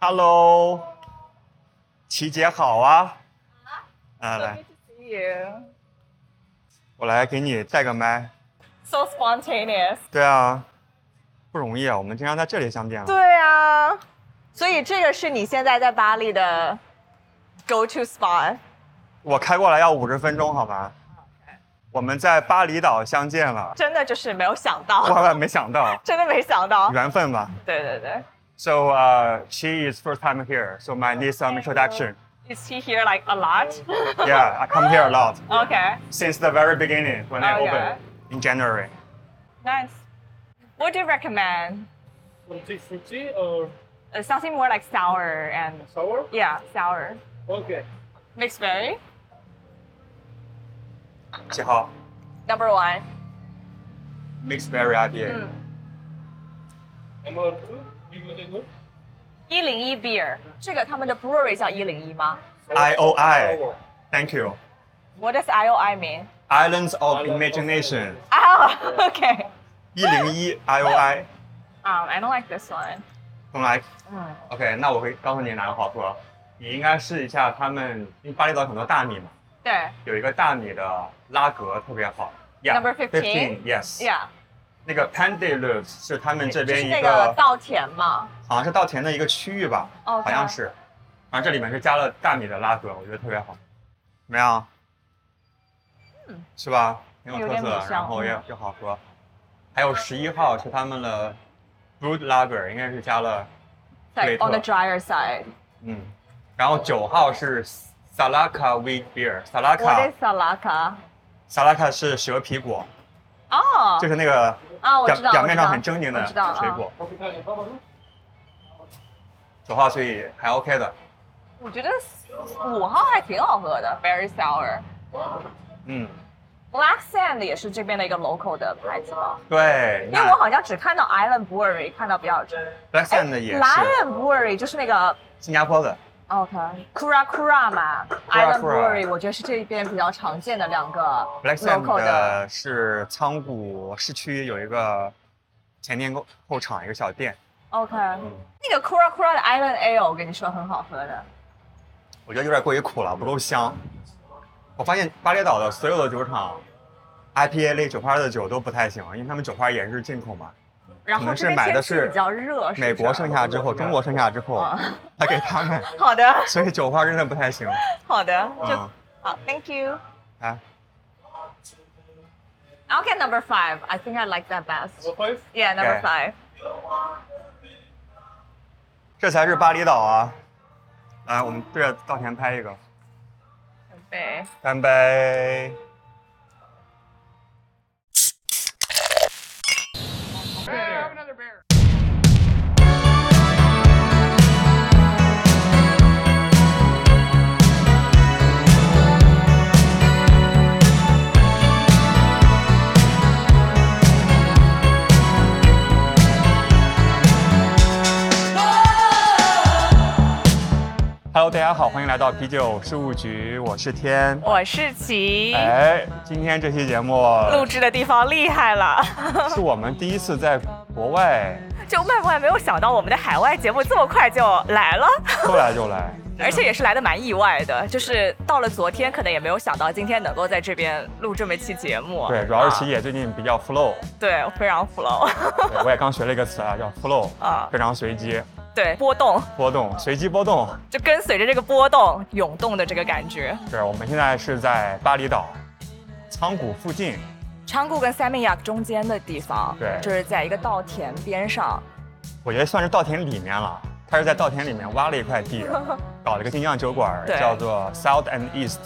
Hello，琪姐好啊！啊， So 来 good，to see you. 我来给你带个麦。 So spontaneous. 对啊，不容易啊，我们经常在这里相见了。对啊，所以这个是你现在在巴黎的 go to spot。我开过来要五十分钟，好吧？我们在巴厘岛相见了，真的就是没有想万到，万没想到， 真的没想到。缘分吧。对对对。 So, uh, she is first time here. So my needs some introduction. Is he here like a lot? Yeah, I come here a lot okay. since the very beginning when I Oh, opened yeah. in January. Nice. What do you recommend? Something fruity or Uh, something more like sour and sour? yeah, sour. Okay. Mixed berry. 几号 Number one. ？Mixed berry IPA. 嗯， Number two, you will go. 一零一 beer，这个他们的 brewery 叫一零一吗 IOI. Thank you. ？What does IOI mean? Islands of Imagination. Oh, okay. 一零一 IOI。 Um, I don't like this one. 重来。嗯 OK，那我会告诉你哪个好喝。你应该试一下他们，因为巴厘岛很多大米嘛，对有一个大米的拉格特别好。Yeah, Number 15 Yes. ，Yeah，那个 Pandy Lives 是他们这就边是一那个个，稻田嘛。好像是稻田的一个区域吧 OK 好像是。然后这里面是加了大米的拉格，我觉得特别好。怎么样？嗯，是吧？很有有特点米色，香然后嗯又又好喝。还有十一号是他们的 Brood Lager，应该是加了 Like 对头 on the drier side. 嗯，然后九号是 Salaka Wheat Beer。 What Salaka is salaka? Salaka 是蛇皮果，哦就，是那个啊，我表知道，表面上我很知道狰狞我的知道水。啊果。 Okay. 九号所以还 OK 的，我觉得五号还挺好喝的，very sour。嗯， Black Sand 也是这边的一个 local 的牌子吗？对。因为那我好像只看到 Island Brewery 看到比较真。哎 Black Sand 的也是 Lion Brewery 就是那个新加坡的， OK Kura Kura 嘛 Kura Kura，Island Brewery 我觉得是这边比较常见的两个 Black Sand local 的。的是仓谷市区有一个前店购购场一个小店， OK，那个 Kura Kura 的 Island Ale 我跟你说很好喝的。我觉得有点过于苦了，不够香。我发现巴厘岛的所有的酒厂，IPA 类九块二的酒都不太行，因为他们九块也是进口嘛。然可后能是这边买的天气是比较热，是不美是国剩下之后，中国剩下之后啊，才给他 们，好的，所以酒花真的不太行。好的，就、嗯，好，Thank you。哎， I'll get number five. I think I like that best. Number five, Yeah, number Okay. five. 这才是巴厘岛啊！来，我们对着稻田拍一个，对，干杯！Hello，大家好，欢迎来到啤酒事务局，我是天。我是琪。哎，今天这期节目录制的地方厉害了，是我们第一次在国外就万万没有想到我们的海外节目这么快就来了，说来就 来，而且也是来的蛮意外的，就是到了昨天可能也没有想到今天能够在这边录这么一期节目。对，主要是琪啊、姐最近比较 flow，对非常 flow 对我也刚学了一个词啊，叫 flow，啊，非常随机对波动波动，随机波动。就跟随着这个波动涌动的这个感觉。是我们现在是在巴厘岛仓谷附近，昌谷跟 s a m i y a k 中间的地方，对就是在一个稻田边上，我觉得算是稻田里面了。他是在稻田里面挖了一块 地，搞了个精酿酒馆，对叫做 South and East。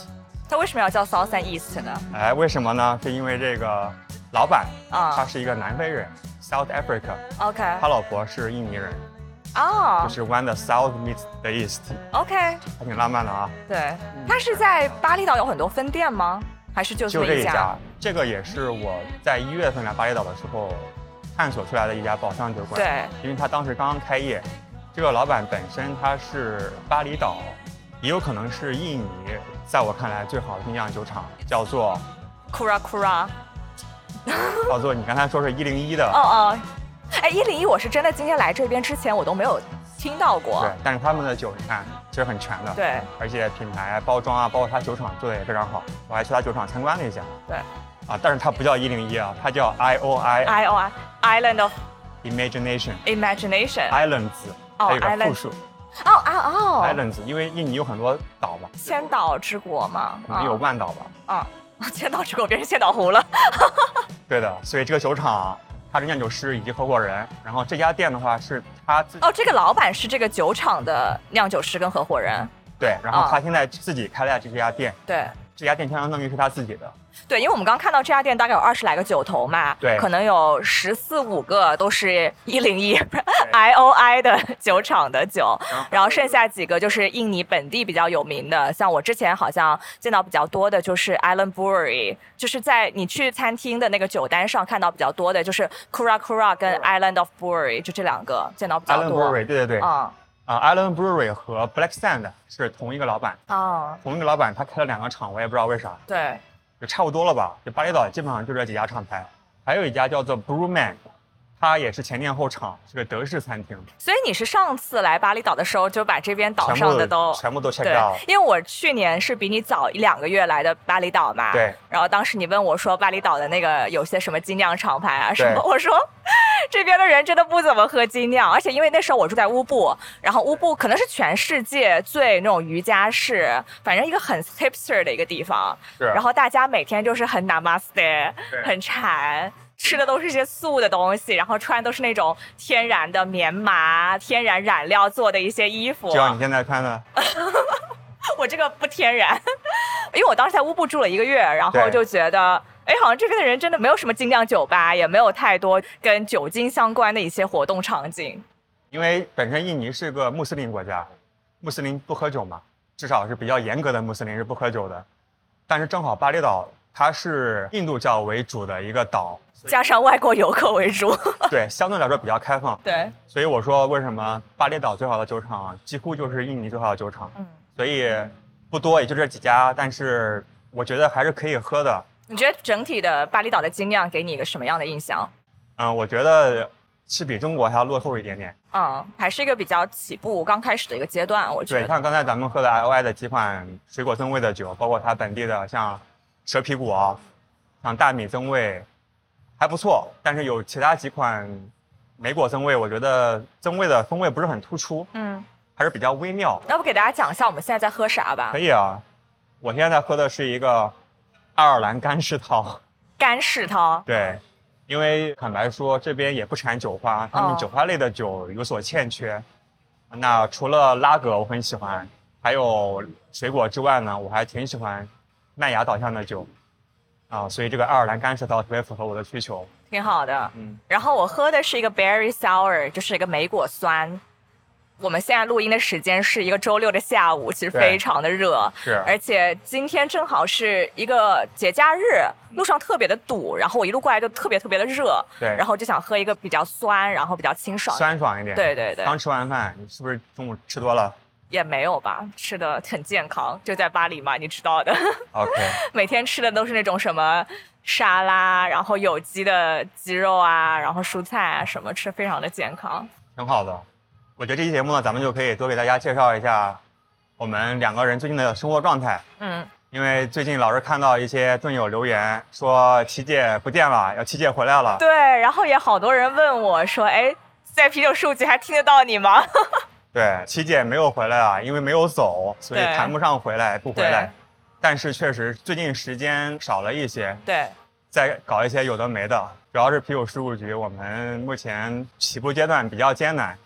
它为什么要叫 South and East 呢？哎，为什么呢？是因为这个老板他啊、是一个南非人，South Africa， o k 他老婆是印尼人，哦、就是 When the South meets the East， o k 还挺浪漫的啊。对，它是在巴厘岛有很多分店吗？还是就这就么这一一家，这个也是我在一月份来巴厘岛的时候探索出来的一家宝藏酒馆。对，因为他当时刚刚开业，这个老板本身他是巴厘岛，也有可能是印尼，在我看来最好的精酿酒厂叫做 Kura Kura。叫做你刚才说是一零一的，哦哦，哎，一零一，我是真的今天来这边之前我都没有听到过对。，但是他们的酒你看其实很全的，，对而且品牌包装啊，包括他酒厂做的也非常好。我还去他酒厂参观了一下，对，啊，但是它不叫一零一啊，它叫 I O I ，I O I Island of Imagination Imagination。 Islands，哦它有个 Island 复数哦哦哦， Islands，因为印尼有很多岛嘛，千岛之国嘛。可能有万岛吧，啊， 嗯千岛之国变成千岛湖了。对的，所以这个酒厂它是酿酒师以及合伙人，然后这家店的话是他自己、哦，这个老板是这个酒厂的酿酒师跟合伙人。对，然后他现在自己开了这家店，哦对这家店相当于是他自己的，对，因为我们刚看到这家店大概有二十来个酒头嘛，对可能有十四五个都是一零一 I O I 的酒厂的酒，嗯 然后剩下几个就是印尼本地比较有名的，像我之前好像见到比较多的就是 Island Brewery，就是在你去餐厅的那个酒单上看到比较多的就是 Kura Kura 跟 Island of Brewery，就这两个见到比较 Island 多。 Brewery，对对对，啊、嗯 Island Brewery 和 Black Sand 是同一个老板，哦，同一个老板他开了两个厂，我也不知道为啥，对，就差不多了吧，就巴厘岛基本上就这几家厂牌，还有一家叫做 Brewman，它也是前店后厂，是个德式餐厅，所以你是上次来巴厘岛的时候就把这边岛上的都全部啊都 check 对 out，，因为我去年是比你早一两个月来的巴厘岛嘛。对。然后当时你问我说巴厘岛的那个有些什么精酿厂牌啊什么，对我说这边的人真的不怎么喝精酿，而且因为那时候我住在乌布，然后乌布可能是全世界最那种瑜伽式，反正一个很 hipster 的一个地方。是，然后大家每天就是很 namaste，很馋。吃的都是一些素的东西，然后穿都是那种天然的棉麻、天然染料做的一些衣服。就像你现在穿的， 我这个不天然， 因为我当时在乌布住了一个月，然后对就觉得，哎，好像这边的人真的没有什么精酿酒吧，也没有太多跟酒精相关的一些活动场景。因为本身印尼是个穆斯林国家，穆斯林不喝酒嘛，至少是比较严格的穆斯林是不喝酒的。但是正好巴厘岛它是印度教为主的一个岛，加上外国游客为主， 对，相对来说比较开放。对，所以我说为什么巴厘岛最好的酒厂几乎就是印尼最好的酒厂，嗯，所以不多，也就这几家，但是我觉得还是可以喝的。你觉得整体的巴厘岛的精酿给你一个什么样的印象？嗯，我觉得是比中国还要落后一点点。嗯，还是一个比较起步刚开始的一个阶段，我觉对，得。像刚才咱们喝的 L Y 的几款水果增味的酒，包括它本地的像蛇皮果、像大米增味，还不错。但是有其他几款莓果增味，我觉得增味的风味不是很突出，嗯，还是比较微妙。要不给大家讲一下我们现在在喝啥吧可？以啊，我现在喝的是一个爱尔兰干式桃，干式汤，对。因为坦白说，这边也不产酒花，他哦们酒花类的酒有所欠缺。那除了拉格我很喜欢，还有水果之外呢，我还挺喜欢麦芽导向的酒，啊，所以这个爱尔兰干式桃特别符合我的需求。挺好的。嗯，然后我喝的是一个 berry sour，就是一个莓果酸。我们现在录音的时间是一个周六的下午，其实对非常的热，是，而且今天正好是一个节假日，路上特别的堵，然后我一路过来就特别特别的热，对然后就想喝一个比较酸，然后比较清爽，酸爽一点。对对对刚吃完饭，你是不是中午吃多了也没有吧，吃的很健康，就在巴黎嘛，你知道的， ？OK， 每天吃的都是那种什么沙拉，然后有机的鸡肉啊，然后蔬菜啊什么，吃得非常的健康。挺好的。我觉得这期节目呢，咱们就可以多给大家介绍一下我们两个人最近的生活状态。嗯，因为最近老是看到一些盾友留言说七姐不见了，要七姐回来了。对，然后也好多人问我说，哎，在啤酒数据还听得到你吗？ 对，七姐没有回来啊，因为没有走，所以对谈不上回来不回对来。但是确实最近时间少了一些，对，在搞一些有的没的，主要是啤酒事务局我们目前起步阶段比较艰 难，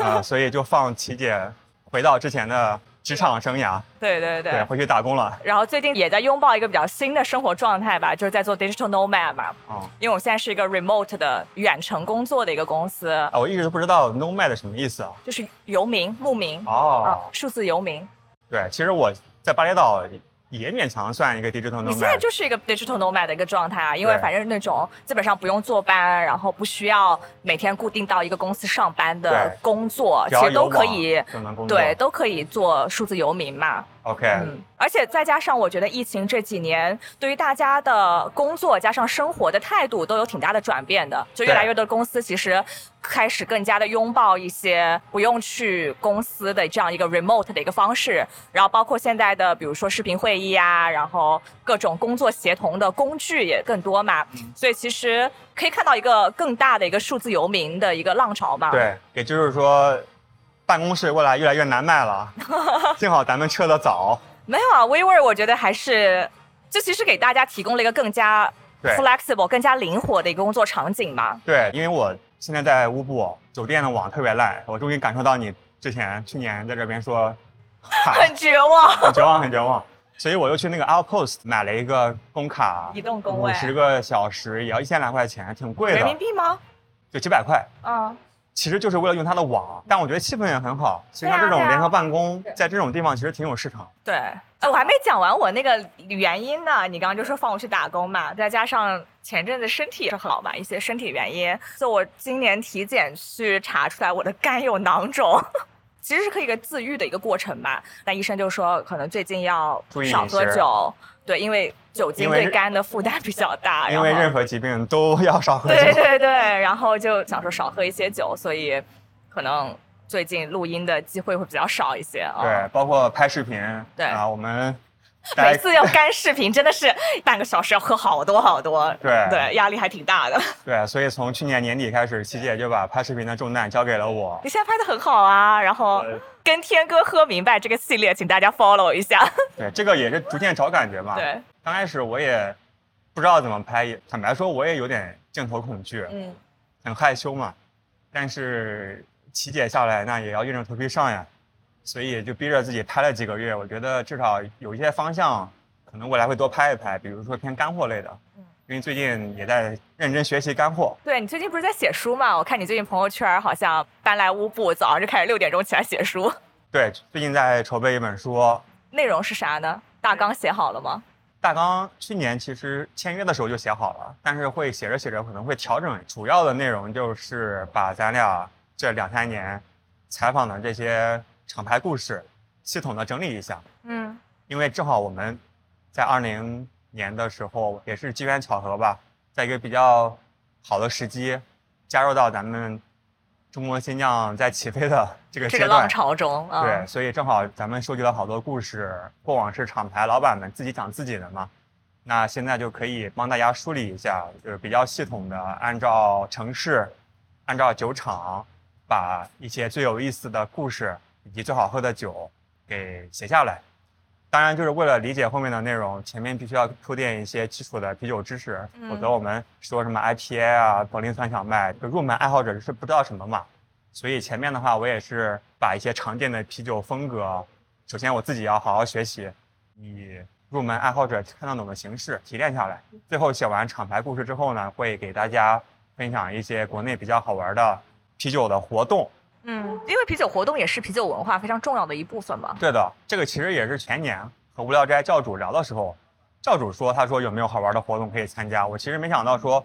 呃，所以就放七姐回到之前的职场生涯，对对对。对，回去打工了。然后最近也在拥抱一个比较新的生活状态吧，就是在做 digital nomad 嘛。哦因为我现在是一个 remote 的远程工作的一个公司，啊，我一直都不知道 nomad 什么意思啊。就是游民、牧民、啊哦，，数字游民。对，其实我在巴厘岛也勉强算一个 digital nomad。你现在就是一个 digital nomad 的一个状态啊，因为对反正那种基本上不用坐班，然后不需要每天固定到一个公司上班的对工作，只其要实有都可网以，就能工作。对，都可以做数字游民嘛。 OK，、嗯，而且再加上我觉得疫情这几年对于大家的工作加上生活的态度都有挺大的转变的，就越来越多的公司其实开始更加的拥抱一些不用去公司的这样一个 remote 的一个方式，然后包括现在的比如说视频会议啊，然后各种工作协同的工具也更多嘛，所以其实可以看到一个更大的一个数字游民的一个浪潮嘛。对，也就是说，办公室未来越来越难卖 了，幸好咱们撤的早。没有啊，WeWork 我觉得还是，就其实给大家提供了一个更加对 flexible、更加灵活的一个工作场景嘛。对，因为我现在在乌布，酒店的网特别烂，我终于感受到你之前去年在这边 说，卡很绝望。很绝望，很绝望。所以我又去那个 Outpost 买了一个工卡，移动工五位十嗯个小时也要一千来块钱，挺贵人民的，币吗？就几百块。啊，其实就是为了用它的网，但我觉得气氛也很好。所以像对啊这种对啊联合办公对，在这种地方其实挺有市场。对。哎，我还没讲完我那个原因呢。你刚刚就说放我去打工嘛，再加上前阵子身体也不好嘛，一些身体原因，所以我今年体检去查出来我的肝有囊肿， 其实是可以一个自愈的一个过程嘛。但医生就说可能最近要注意饮少喝食酒，对，因为酒精因为对日肝的负担比较大，因为然后任何疾病都要少喝酒。对对对，然后就想说少喝一些酒，所以可能最近录音的机会会比较少一些啊。对，包括拍视频。对啊，我们大每家次要干视频，真的是半个小时要喝好多好多，对对，压力还挺大的。对，所以从去年年底开始，琪姐就把拍视频的重担交给了我。你现在拍的很好啊，然后对跟天哥喝明白这个系列，请大家 follow 一下。对，这个也是逐渐找感觉嘛。， 对，刚开始我也不知道怎么拍，也坦白说我也有点镜头恐惧，啊嗯，很害羞嘛。但是琪姐下来，那也要硬着头皮上呀，所以就逼着自己拍了几个月。我觉得至少有一些方向，可能未来会多拍一拍，比如说偏干货类的嗯，因为最近也在认真学习干货。对你最近不是在写书吗？我看你最近朋友圈好像搬来乌布，早上就开始六点钟起来写书，对，最近在筹备一本书，内容是啥呢？大纲写好了吗？大纲去年其实签约的时候就写好了，但是会写着写着可能会调整。主要的内容就是把咱俩这两三年采访的这些厂牌故事系统的整理一下，嗯因为正好我们在二零年的时候也是机缘巧合吧，在一个比较好的时机加入到咱们中国新酿在起飞 的这个这阶个段浪。潮中啊，对，所以正好咱们收集了好多故事，过往是厂牌老板们自己讲自己的嘛，那现在就可以帮大家梳理一下，就是比较系统的按照城市、按照酒厂，把一些最有意思的故事以及最好喝的酒给写下来。当然，就是为了理解后面的内容，前面必须要铺垫一些基础的啤酒知识，否则嗯我们说什么 IPA 啊、柏林酸小麦，就入门爱好者是不知道什么嘛。所以前面的话，我也是把一些常见的啤酒风格，首先我自己要好好学习，以入门爱好者看得懂的形式提炼下来。最后写完厂牌故事之后呢，会给大家分享一些国内比较好玩的啤酒的活动。嗯，因为啤酒活动也是啤酒文化非常重要的一部分嘛。对的，这个其实也是前年和无聊斋教主聊的时候，教主说他说有没有好玩的活动可以参加。我其实没想到说，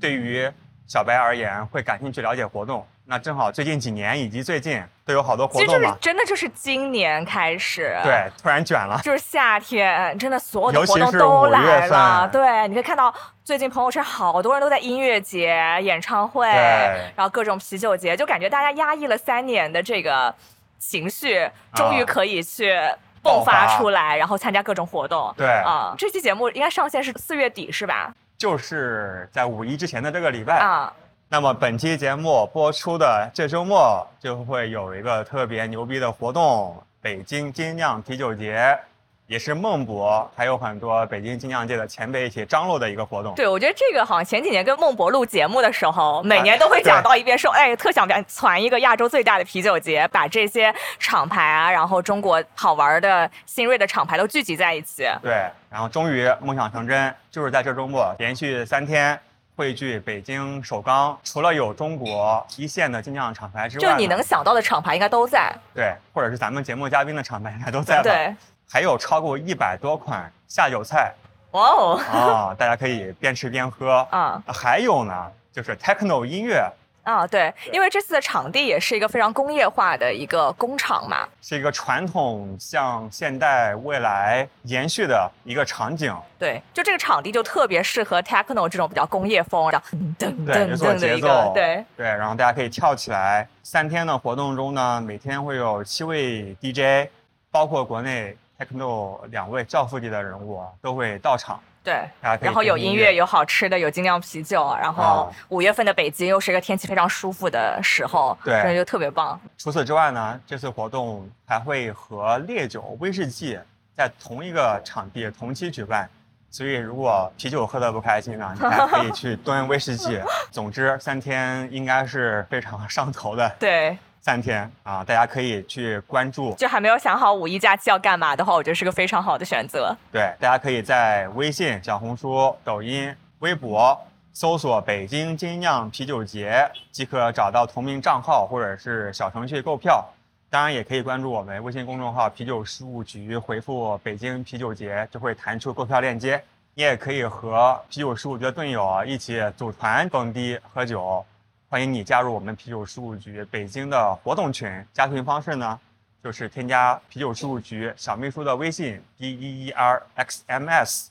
对于小白而言会感兴趣了解活动。那正好最近几年以及最近都有好多其活实这动是嘛，真的就是今年开始，，对，突然卷了。就是夏天，真的所尤有的其活动是都5来月了。份对，你可以看到最近朋友圈好多人都在音乐节、演唱会，对然后各种啤酒节，就感觉大家压抑了三年的这个情绪，终于啊可以去。爆迸发发出来，然后参加各种活动。对啊、这期节目应该上线是四月底是吧？就是在五一之前的这个礼拜。啊、那么本期节目播出的这周末就会有一个特别牛逼的活动——北京精酿啤酒节，也是孟博还有很多北京精酿界的前辈一起张罗的一个活动。对，我觉得这个好像前几年跟孟博录节目的时候，每啊年都会讲对到一遍说，哎，特想传传一个亚洲最大的啤酒节，把这些厂牌啊，然后中国好玩的新锐的厂牌都聚集在一起。对，然后终于梦想成真，就是在这周末连续三天汇聚北京首钢，除了有中国一线的精酿厂牌之外就呢，你能想到的厂牌应该都在，对，或者是咱们节目嘉宾的厂牌应该都在吧？，对，还有超过一百多款下酒菜哇哦，啊、大家可以边吃边喝。 啊、还有呢，就是 techno 音乐啊，对，因为这次的场地也是一个非常工业化的一个工厂嘛，是一个传统向现代未来延续的一个场景，对，就这个场地就特别适合 techno 这种比较工业风，然后噔对噔有所噔的节一个奏，对，对，然后大家可以跳起来。三天的活动中呢，每天会有七位 DJ，包括国内 techno 两位教父级的人物啊都会到场，对。大家可以然后听有音音乐，有好吃的，有精酿啤酒。然后啊五月份的北京又是一个天气非常舒服的时候，对所以就特别棒。除此之外呢，这次活动还会和烈酒、威士忌在同一个场地同期举办，所以如果啤酒喝得不开心呢，你还可以去蹲威士忌。总之，三天应该是非常上头的对，三天啊，大家可以去关注。就还没有想好五一假期要干嘛的话，我觉得是个非常好的选择。对，大家可以在微信、小红书、抖音、微博搜索“北京精酿啤酒节”，即可找到同名账号或者是小程序购票。当然，也可以关注我们微信公众号“啤酒事务局”，回复“北京啤酒节”就会弹出购票链接。你也可以和啤酒事务局的队友啊一起组团蹦迪喝酒，欢迎你加入我们啤酒事务局北京的活动群。加群方式呢，就是添加啤酒事务局小秘书的微信 b e e r x m s，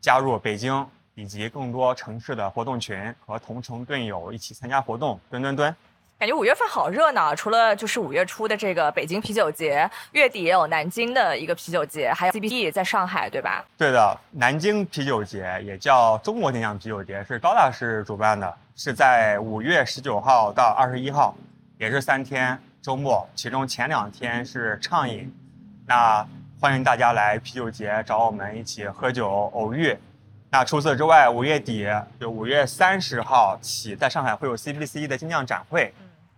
加入北京以及更多城市的活动群，和同城队友一起参加活动，蹲蹲蹲。感觉五月份好热闹，啊除了就是五月初的这个北京啤酒节，月底也有南京的一个啤酒节，还有 CBD 在上海，对吧？对的，南京啤酒节也叫中国精酿啤酒节，是高大师主办的，是在五月十九号到二十一号，也是三天周末，其中前两天是畅饮。那欢迎大家来啤酒节找我们一起喝酒偶遇。那除此之外，五月底就五月三十号起，在上海会有 CBC 的精酿展会，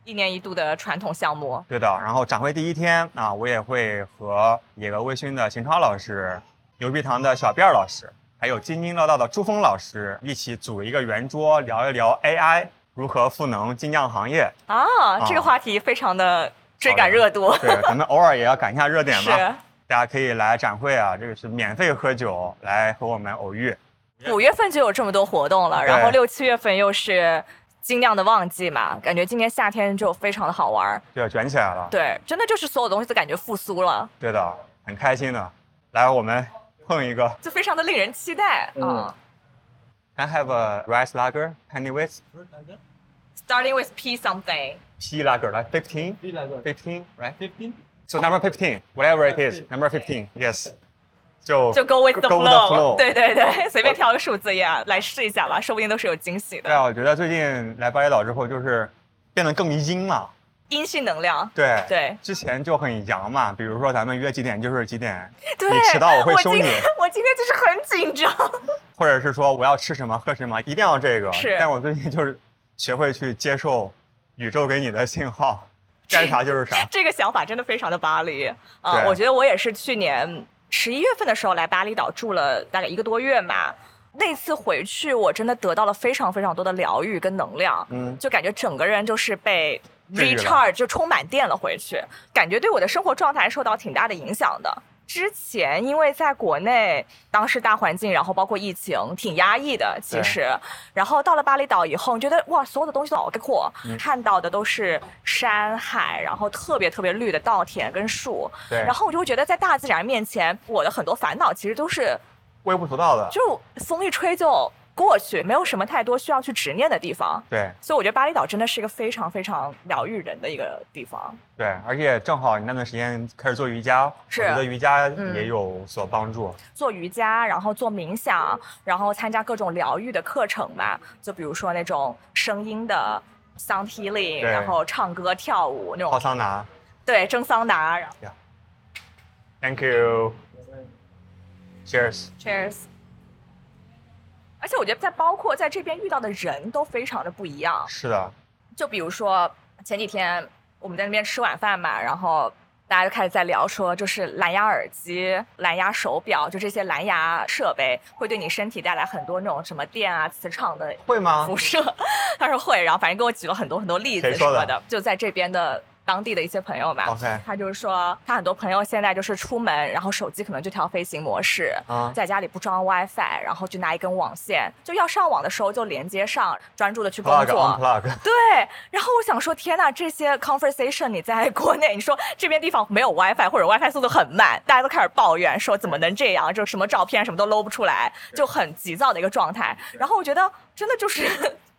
一年一度的传统项目，对的，然后展会第一天啊，我也会和野格微醺的邢超老师、牛皮糖的小辫儿老师，还有津津乐道的朱峰老师一起组一个圆桌，聊一聊 AI 如何赋能精酿行业。啊，这个啊话题非常的追赶热度，对，咱们偶尔也要赶一下热点嘛。 是。大家可以来展会啊，这个是免费喝酒，来和我们偶遇。五月份就有这么多活动了，对然后六七月份又是精酿的旺季嘛，感觉今年夏天就非常的好玩儿。对，卷起来了。对，真的就是所有东西都感觉复苏了，对的，很开心的。来，我们碰一个。就非常的令人期待。嗯嗯 Can I have a rice lager, penny with s t a r t i n g with P something。 P lager, like fifteen, fifteen, right? Fifteen? So number fifteen, whatever it is, number fifteen, yes. 就就 go with 哦 Go with the the flow 哦 flow，对对对，随便挑个数字也来试一下吧，说不定都是有惊喜对的。啊，我觉得最近来巴厘岛之后，就是变得更阴了。阴性能量，对对之前就很阳嘛，比如说咱们约几点就是几点，对，你迟到我会凶今你天 我今天就是很紧张，或者是说我要吃什么喝什么，一定要这个。是但我最近就是学会去接受宇宙给你的信号，该啥就是啥。 这个想法真的非常的巴黎啊、对我觉得我也是去年十一月份的时候来巴厘岛住了大概一个多月嘛，那次回去我真的得到了非常非常多的疗愈跟能量，嗯就感觉整个人就是被治愈了 recharge 就充满电了回去，感觉对我的生活状态受到挺大的影响的。之前因为在国内，当时大环境，然后包括疫情，挺压抑的。其对实，然后到了巴厘岛以后，你觉得哇，所有的东西都好开阔，嗯看到的都是山海，然后特别特别绿的稻田跟树，对，然后我就会觉得在大自然面前，我的很多烦恼其实都是微不足道的。就风一吹就过去，没有什么太多需要去执念的地方。对所以我觉得巴厘岛真的是一个非常非常疗愈人的一个地方。对，而且正好你那段时间开始做瑜伽，是我觉得瑜伽嗯也有所帮助。做瑜伽，然后做冥想，然后参加各种疗愈的课程嘛，就比如说那种声音的 sound healing，对然后唱歌跳舞那泡种，桑拿对，蒸桑拿，然后，Thank you，Cheers。 cheers。而且我觉得在包括在这边遇到的人都非常的不一样，是的，就比如说前几天我们在那边吃晚饭嘛，然后大家就开始在聊说，就是蓝牙耳机、蓝牙手表，就这些蓝牙设备会对你身体带来很多那种什么电啊、磁场的会吗 辐？射。他说会，然后反正给我举了很多很多例子谁什说的哦么的，就在这边的。当地的一些朋友嘛 OK 他就是说他很多朋友现在就是出门，然后手机可能就调飞行模式，啊在家里不装 WiFi，然后就拿一根网线，就要上网的时候就连接上，专注的去工，plug 作。 unplug，对，然后我想说，天呐，这些 conversation 你在国内，你说这边地方没有 WiFi 或者 WiFi 速度很慢，大家都开始抱怨说怎么能这样，就什么照片什么都搂不出来，就很急躁的一个状态。然后我觉得真的就是。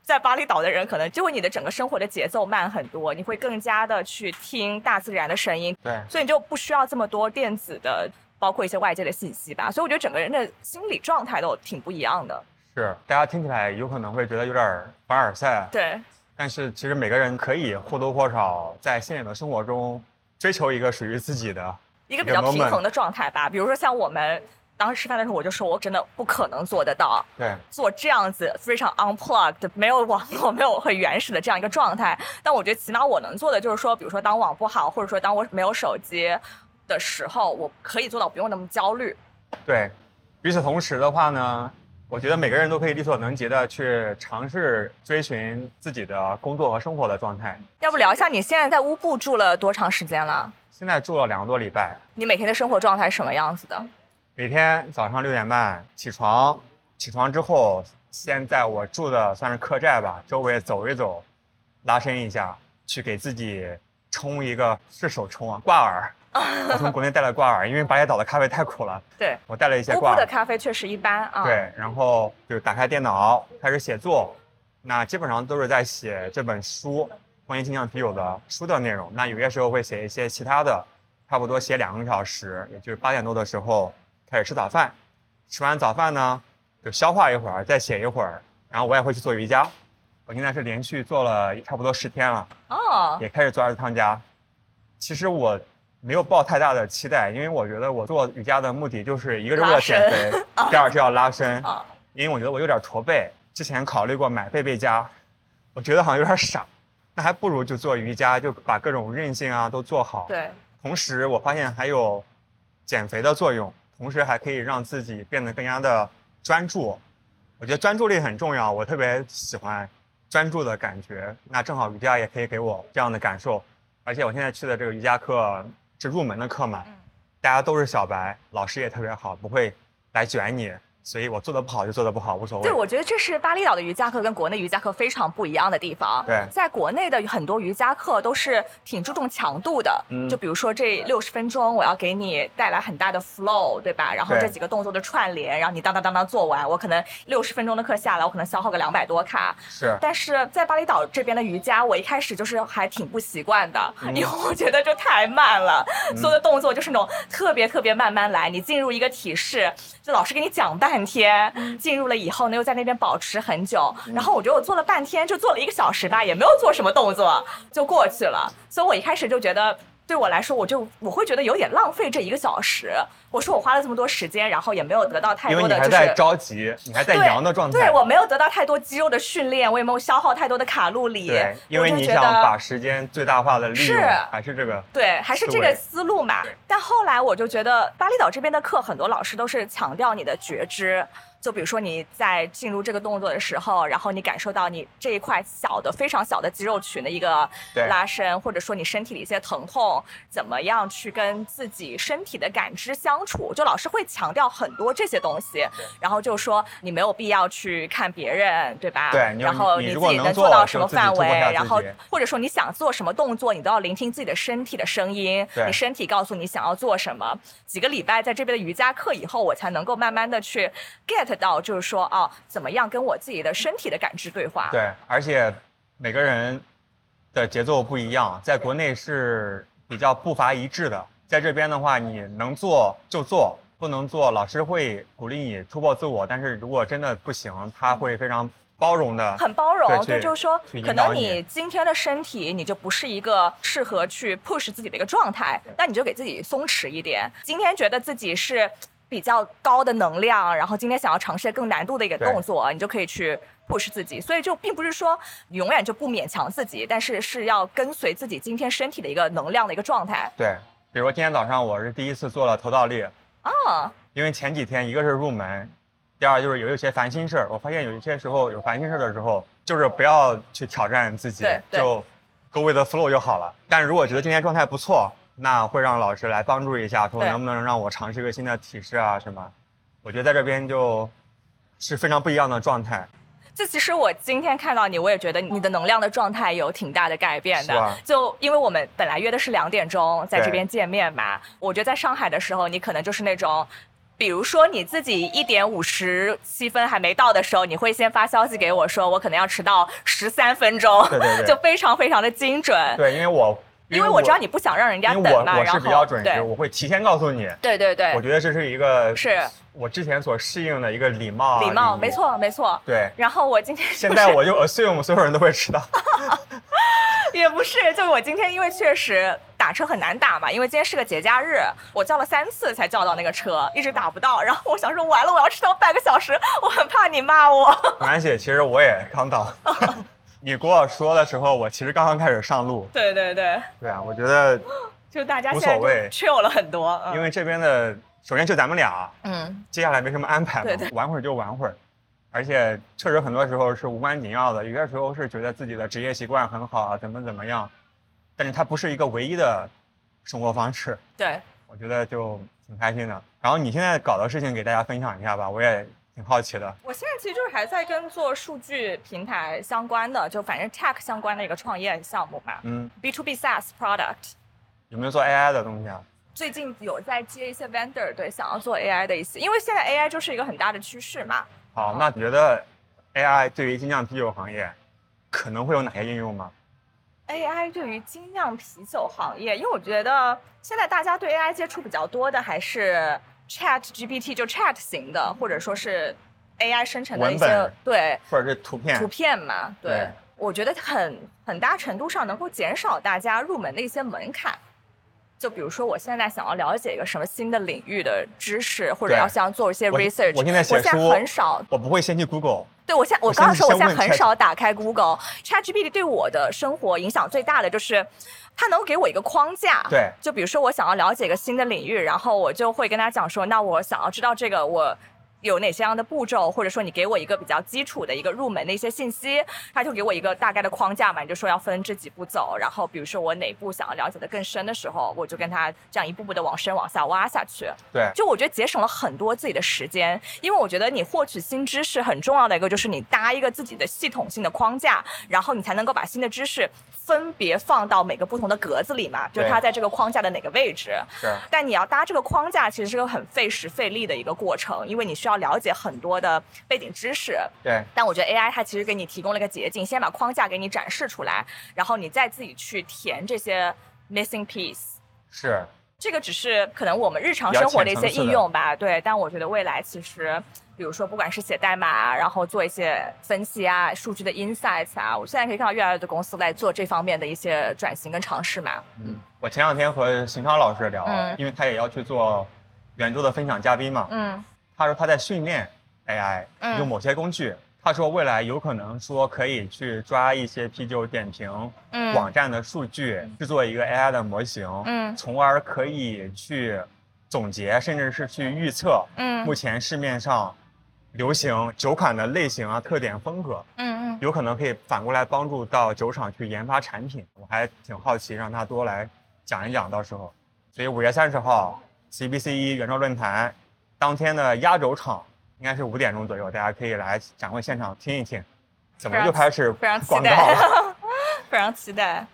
在巴厘岛的人，可能就会你的整个生活的节奏慢很多，你会更加的去听大自然的声音，对，所以你就不需要这么多电子的，包括一些外界的信息吧。所以我觉得整个人的心理状态都挺不一样的。是大家听起来有可能会觉得有点儿凡尔赛，对，但是其实每个人可以或多或少在现有的生活中追求一个属于自己的。一个比有较 moment 平衡的状态吧。比如说像我们当时吃饭的时候，我就说我真的不可能做得到对，做这样子非常 unplugged、没有网络、没有很原始的这样一个状态。但我觉得起码我能做的就是说，比如说当网不好，或者说当我没有手机的时候，我可以做到不用那么焦虑。对，与此同时的话呢，我觉得每个人都可以力所能及的去尝试追寻自己的工作和生活的状态。要不聊一下你现在在乌布住了多长时间了？现在住了两个多礼拜，你每天的生活状态是什么样子的？每天早上六点半起床，起床之后先在我住的算是客栈吧，周围走一走，拉伸一下，去给自己冲一个是手冲啊挂耳。我从国内带了挂耳，因为巴厘岛的咖啡太苦了，对，我带了 一些乌挂布的耳。咖啡确实一般啊。，对，然后就打开电脑开始写作，那基本上都是在写这本书《婚姻倾向啤酒》的书的内容。那有些时候会写一些其他的，差不多写两个小时，也就是八点多的时候开始吃早饭。吃完早饭呢，就消化一会儿，再写一会儿。然后我也会去做瑜伽，我现在是连续做了差不多十天了。哦，也开始做二次汤加。其实我没有抱太大的期待，因为我觉得我做瑜伽的目的就是一个是为了减肥，第二是要拉伸。啊因为我觉得我有点驼背，之前考虑过买背背佳，我觉得好像有点傻，那还不如就做瑜伽，就把各种韧性啊都做好。对，同时我发现还有减肥的作用，同时还可以让自己变得更加的专注。我觉得专注力很重要，我特别喜欢专注的感觉。那正好瑜伽也可以给我这样的感受，而且我现在去的这个瑜伽课是入门的课嘛嗯，大家都是小白，老师也特别好，不会来卷你，所以我做的不好就做的不好，无所谓。对，我觉得这是巴厘岛的瑜伽课跟国内瑜伽课非常不一样的地方。对在国内的很多瑜伽课都是挺注重强度的，嗯就比如说这六十分钟，我要给你带来很大的 flow，对吧？然后对这几个动作的串联，然后你当当当当做完，我可能六十分钟的课下来，我可能消耗个两百多卡。是但是在巴厘岛这边的瑜伽，我一开始就是还挺不习惯的，嗯因为我觉得这太慢了，嗯所有的动作就是那种特别特别慢慢来。你进入一个体式，就老师给你讲半天，嗯进入了以后呢，又在那边保持很久。然后我觉得我做了半天，就做了一个小时吧，也没有做什么动作，就过去了。所以我一开始就觉得。对我来说，我就我会觉得有点浪费这一个小时。我说我花了这么多时间，然后也没有得到太因为多你的，就还是。在着急，你还在对阳的状态。对我没有得到太多肌肉的训练，我也没有消耗太多的卡路里。对，因为我就你觉想得把时间最大化的利用是，还是这个对，还是这个对思路嘛。但后来我就觉得巴厘岛这边的课，很多老师都是强调你的觉知。就比如说你在进入这个动作的时候，然后你感受到你这一块小的、非常小的肌肉群的一个对拉伸，或者说你身体的一些疼痛，怎么样去跟自己身体的感知相处，就老师会强调很多这些东西，然后就说你没有必要去看别人，对吧？对你然后你你如自果己能能做做到就什么自己范突破围，一下然自后己或者说你想做什么动作，你都要聆听自己的身体的声音，对你身体告诉你想要做什么。几个礼拜在这边的瑜伽课以后，我才能够慢慢的去 get 到，就是说哦，怎么样跟我自己的身体的感知对话。对，而且每个人的节奏不一样，在国内是比较步伐一致的，在这边的话，你能做就做，不能做，老师会鼓励你突破自我，但是如果真的不行，他会非常包容的。很包容，啊对对，去就是说去，引可导能你你今天的身体，你就不是一个适合去 push 自己的一个状态，那你就给自己松弛一点。今天觉得自己是比较高的能量，然后今天想要尝试更难度的一个对动作，你就可以去 push 自己。所以就并不是说你永远就不勉强自己，但是是要跟随自己今天身体的一个能量的一个状态对，比如说今天早上我是第一次做了头倒立，啊。因为前几天一个是入门，第二就是有一些烦心事儿。我发现有一些时候有烦心事儿的时候，就是不要去挑战自己对，对就 go with the flow 就好了。但如果觉得今天状态不错，那会让老师来帮助一下，说对能不能让我尝试一个新的体式啊什么。我觉得在这边就是非常不一样的状态。就其实我今天看到你，我也觉得你的能量的状态有挺大的改变是的吧。就因为我们本来约的是两点钟在这对边见面嘛，我觉得在上海的时候，你可能就是那种。比如说你自己一点五十七分还没到的时候，你会先发消息给我说我可能要迟到十三分钟，对对对就非常非常的精准。对，因为我呃因为我知道你不想让人家因等为我嘛，我然是后比较准时，对我会提前告诉你。对对对，我觉啊得这是一个是我之前所适应的一个礼貌啊、礼貌义务没。错没错。对，然后我今天现不在是我就 assume 所有人都会迟到。 也不是，就我今天因为确实打车很难打嘛，因为今天是个节假日，我叫了三次才叫到那个车，一直打不到。然后我想说，完了，我要迟到半个小时，我很怕你骂我。没关系，其实我也刚 到。你跟我说的时候，我其实刚刚开始上路。对对对，对啊，我觉得就大家无现在所谓就 chill 了很多，嗯因为这边的，首先就咱们俩，嗯，接下来没什么安排嘛对对，玩会儿就玩会儿。而且确实很多时候是无关紧要的，有些时候是觉得自己的职业习惯很好啊，怎么怎么样，但是它不是一个唯一的生活方式。对，我觉得就挺开心的。然后你现在搞的事情给大家分享一下吧，我也挺好奇的。我现在其实就是还在跟做数据平台相关的，就反正 tech 相关的一个创业项目嘛嗯， ，B to B SaaS product。有没有做 AI 的东西啊？最近有在接一些 vendor 对想要做 AI 的一些，因为现在 AI 就是一个很大的趋势嘛。好，那你觉得 AI 对于精酿啤酒行业可能会有哪些应用吗？ AI 对于精酿啤酒行业，因为我觉得现在大家对 AI 接触比较多的还是 Chat GPT，就 Chat 型的，或者说是 AI 生成的一文些本对或者是图片？图片嘛，对，对我觉得很很大程度上能够减少大家入门的一些门槛。就比如说，我现在想要了解一个什么新的领域的知识，或者对要想做一些我 research，我现在写书很少我不会先去 Google。对我现我我刚刚现说，在是我现在想问很 Chat- 少打开 Google。ChatGPT 对我的生活影响最大的就是，它能够给我一个框架。对就比如说我想要了解一个新的领域，然后我就会跟他讲说，那我想要知道这个我。有哪些样的步骤，或者说你给我一个比较基础的一个入门的一些信息，他就给我一个大概的框架嘛，你就说要分这几步走，然后比如说我哪步想要了解的更深的时候，我就跟他这样一步步的往深往下挖下去。对，就我觉得节省了很多自己的时间，因为我觉得你获取新知识很重要的一个就是你搭一个自己的系统性的框架，然后你才能够把新的知识分别放到每个不同的格子里嘛，就对它在这个框架的哪个位置。是。但你要搭这个框架，其实是个很费时费力的一个过程，因为你需要了解很多的背景知识。对，但我觉得 AI 它其实给你提供了一个捷径，先把框架给你展示出来，然后你再自己去填这些 missing piece。是。这个只是可能我们日常生活的一些应用吧，对。但我觉得未来其实，比如说不管是写代码啊，然后做一些分析啊、数据的 insights 啊，我现在可以看到越来越多公司在做这方面的一些转型跟尝试嘛。嗯，我前两天和邢超老师聊，嗯因为他也要去做圆桌的分享嘉宾嘛。嗯他说他在训练 AI，、嗯用某些工具。他说未来有可能说可以去抓一些啤酒点评、嗯网站的数据，制作一个 AI 的模型，嗯从而可以去总结，甚至是去预测目嗯前市面上流行酒款的类型啊、特点、风格，嗯嗯，有可能可以反过来帮助到酒厂去研发产品。我还挺好奇，让他多来讲一讲，到时候。所以五月三十号 CBC 一原创论坛当天的压轴场应该是五点钟左右，大家可以来展会现场听一听。怎么就开始非常期广告待 了？，非常期待。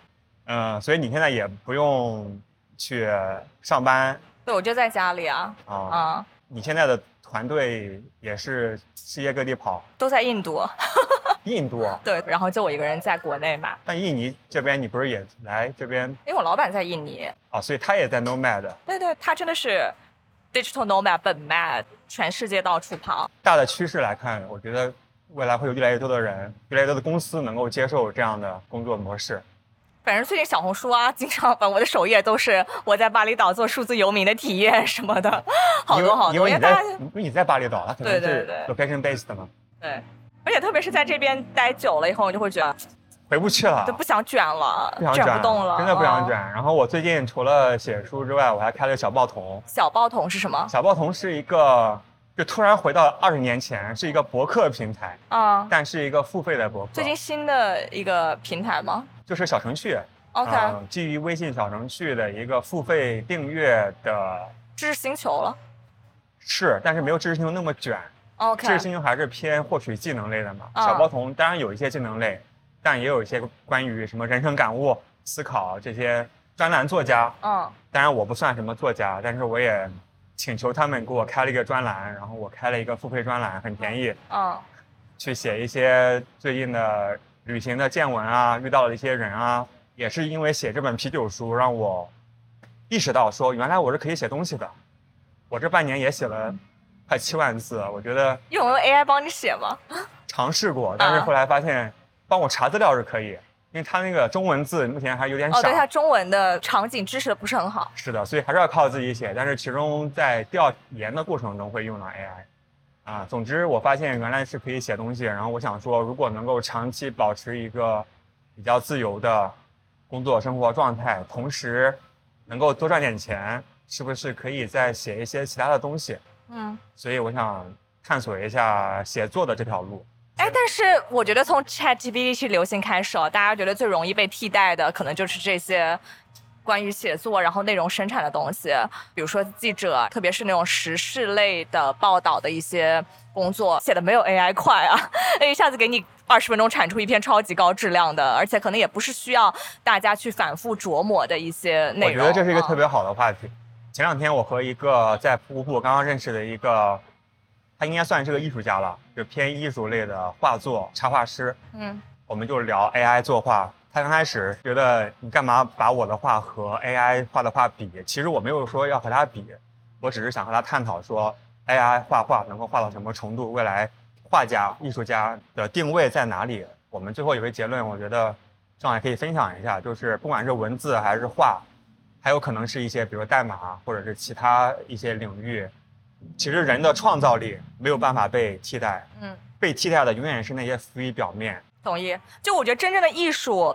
嗯，所以你现在也不用去上班对，我就在家里啊啊。啊、你现在的团队也是世界各地跑，都在印度，印度，啊对，然后就我一个人在国内嘛，但印尼这边你不是也来这边因为我老板在印尼，啊？所以他也在 Nomad。对对，他真的是 digital nomad 本 mad，全世界到处跑。大的趋势来看，我觉得未来会有越来越多的人、越来越多的公司能够接受这样的工作模式。反正最近小红书啊，经常把我的首页都是我在巴厘岛做数字游民的体验什么的，好多好因多，为因因为你为大家在因为你在巴厘岛，它可能对对是对 location based 的嘛，对，而且特别是在这边待久了以后，你就会觉得回不去了就，不想卷了，啊不想卷卷不动了，真的不想嗯卷。。然后我最近除了写书之外，我还开了小报童。小报童是什么？小报童是一个，就突然回到二十年前，是一个博客平台，啊、但是一个付费的博客。最近新的一个平台吗？就是小程序， OK，、呃基于微信小程序的一个付费订阅的知识星球了。是，但是没有知识星球那么卷。 OK，知识星球还是偏获取技能类的嘛。嗯小包童当然有一些技能类，但也有一些关于什么人生感悟、思考这些专栏作家。嗯当然我不算什么作家，但是我也请求他们给我开了一个专栏，然后我开了一个付费专栏，很便宜，嗯去写一些最近的旅行的见闻啊，遇到了一些人啊。也是因为写这本啤酒书，让我意识到说，原来我是可以写东西的。我这半年也写了快七万字，我觉得有没有 AI 帮你写吗？尝试过，但是啊后来发现帮我查资料是可以，因为它那个中文字目前还有点哦，少。对，它中文的场景支持的不是很好。是的，所以还是要靠自己写，但是其中在调研的过程中会用到 AI。啊，总之我发现原来是可以写东西，然后我想说，如果能够长期保持一个比较自由的工作生活状态，同时能够多赚点钱，是不是可以再写一些其他的东西？嗯，所以我想探索一下写作的这条路。哎，但是我觉得从 ChatGPT 去流行开始哦，大家觉得最容易被替代的，可能就是这些关于写作然后内容生产的东西，比如说记者，特别是那种时事类的报道的一些工作，写的没有 AI 快啊，一下子给你。二十分钟产出一篇超级高质量的，而且可能也不是需要大家去反复琢磨的一些内我容。觉得这是一个特嗯别好的话题。前两天我和一个在瀑布刚刚认识的一个，他应该算是个艺术家了，就偏艺术类的画作插画师。嗯我们就聊 AI 作画。他刚开始觉得你干嘛把我的画和 AI 画的画比？其实我没有说要和他比，我只是想和他探讨说 AI 画画能够画到什么程度，未来画家、艺术家的定位在哪里？我们最后有个结论，我觉得正好也可以分享一下，就是不管是文字还是画，还有可能是一些比如代码或者是其他一些领域，其实人的创造力没有办法被替代，嗯，被替代的永远是那些浮于表面。同意。就我觉得真正的艺术